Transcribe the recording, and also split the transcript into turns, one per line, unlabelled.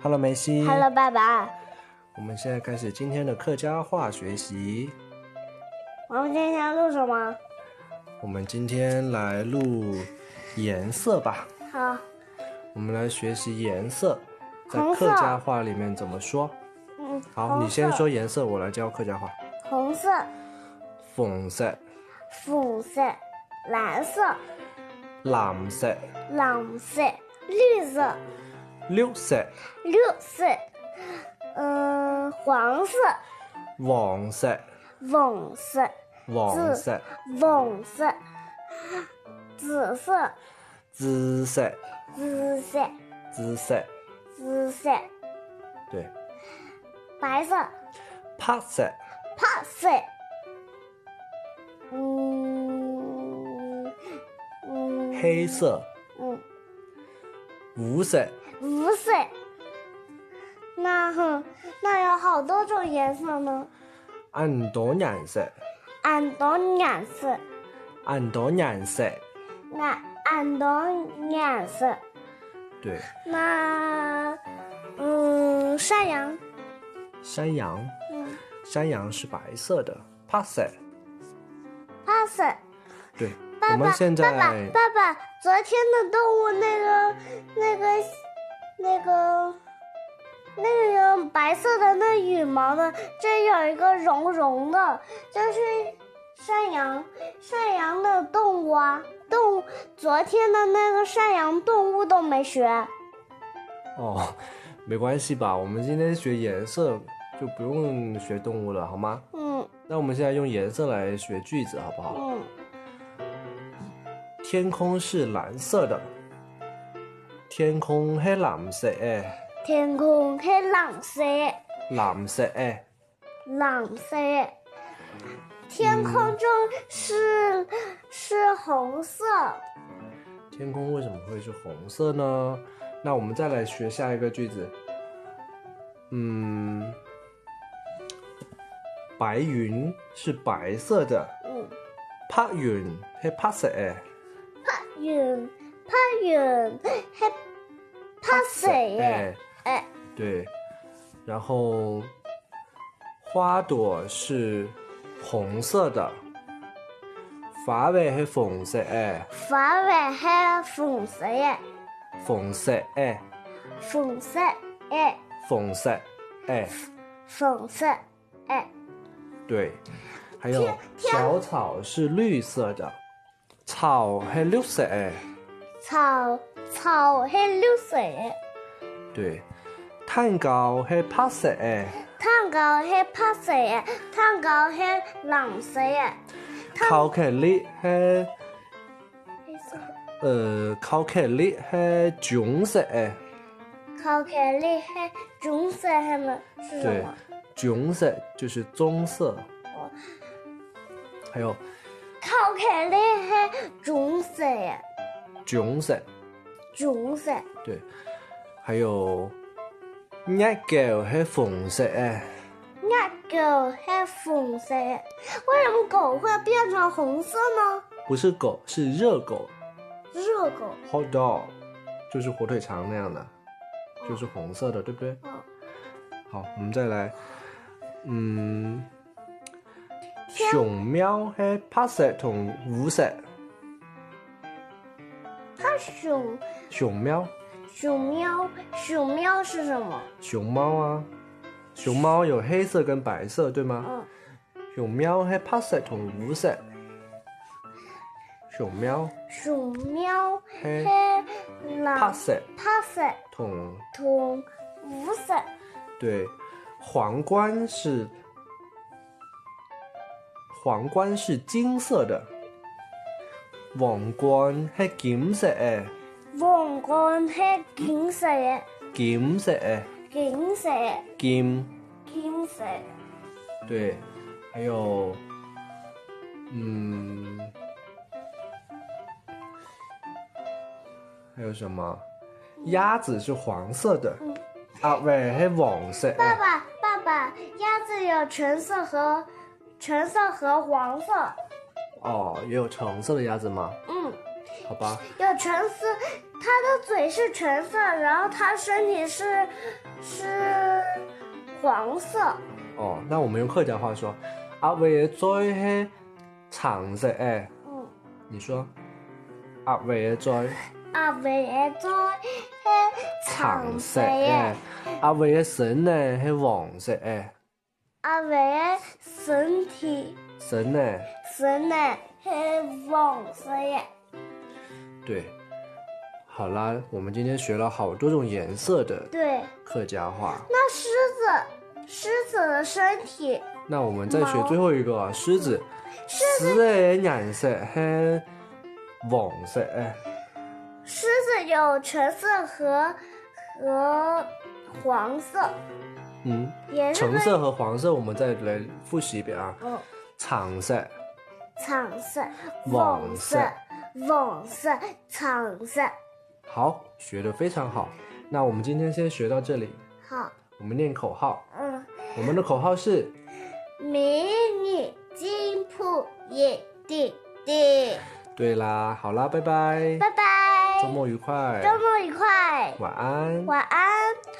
Hello，梅西。
Hello，爸爸，
我们现在开始今天的客家话学习。
我们今天要录什么？
我们今天来录颜色吧。
好，
我们来学习颜色，在
红
客
色
家话里面怎么说？
嗯，
好，
红
你先
色
说颜色，我来教客家话。
红色、
粉色、
粉色、蓝色、
蓝色、
蓝色、绿色、
绿色、
绿色，嗯、黄色、
黄色、
粉色、
黄色、
粉色、紫色、
紫色、
紫色、
紫色，
紫色、
对，
白色、
白色、
白色，嗯嗯
黑色、
嗯。
无色。
五岁。那哼，那有好多种颜色呢，
很多颜色，
俺懂颜色，
很多颜色，
那俺懂颜色，
对，
那嗯，山羊，
山羊，
嗯，
山羊是白色的，白色，
八岁。
对，
爸
我
爸，
们现在
爸爸，爸爸，昨天的动物那个、那个、那个、那个有白色的那羽毛的，这有一个绒绒的，这是山羊，山羊的动物啊，动物。昨天的那个山羊动物都没学，
哦， 没关系吧？我们今天学颜色就不用学动物了，好吗？
嗯
那我们现在用颜色来学句子，好不好？
嗯，
天空是蓝色的，天空是蓝色的，
天空是蓝色，
蓝色哎的，
蓝色。天空中是、是红色，
天空为什么会是红色呢？那我们再来学下一个句子。嗯，白云是白色的，
嗯。
白云是白色的，
远，怕远，还怕水耶？
哎，
哎，
对。然后，花朵是红色的，花瓣是粉色哎的，
法外还粉色耶？
粉色的，
粉色哎，
粉色哎的，
粉色哎，
对。还有
天
小草是绿色的，草是绿色的，
草草还绿色耶？
对。蛋糕是白色的，
蛋糕还白色耶？蛋糕还蓝色耶？
巧克力是呃，巧克力是棕色的，
巧克力还棕色还能是什
对
么？，
棕色就是棕色。还有
巧克力还棕色耶？
棕色，
棕色
对，还有热狗是粉色的，
那狗还粉色耶？为什么狗会变成红色呢？
不是狗，是热狗
热狗。
（hot dog），就是火腿肠那样的，就是红色的，对不对？
嗯，
好，我们再来，嗯，熊猫是白色同乌色，
它熊
熊猫。
熊喵熊喵是什么？
熊猫啊，熊猫有黑色跟白色，对吗？
嗯，
熊猫黑白色同五色。熊猫
熊喵
黑
黑
白
蓝
色
帕色
同
同五色
对，皇冠是皇冠是金色的，皇冠黑金色的，
皇冠黑金色嘅
金色的
金色嘅
金
金色嘅
对，还有嗯。还有什么？鸭子是黄色的，鸭喂是黄色
爸
的。
爸爸爸，鸭子有橙色和橙色和黄色。
哦，也有橙色的鸭子吗？
嗯，
好吧？
有橙色，它的嘴是橙色，然后它身体是是黄色。
哦，那我们用客家话说，鸭尾的嘴是橙色诶，
嗯，
你说，鸭尾的嘴
阿伟的嘴是
橙
橙
色
色
诶
耶，，
鸭尾的唇呢是黃色诶，
阿伟的身体
唇呢，
身呢是黄色耶。
对，好啦，我们今天学了好多种颜色的
对，
客家话，
那狮子，狮子的身体
那我们再学
毛
最后一个啊狮子，狮子的颜色是黃色诶，
狮子有橙色和和黄色，
嗯，
也是
橙
跟
色和黄色，我们再来复习一遍啊，
嗯，
橙色。
橙色、
黄
黄
色
色、黄色、橙色。
好，学得非常好。那我们今天先学到这里，
好，
我们念口号。
嗯，
我们的口号是：
迷你金铺野弟弟，
对啦，好啦，拜拜，
拜拜，
周末愉快，
周末愉快，
晚安。
晚安。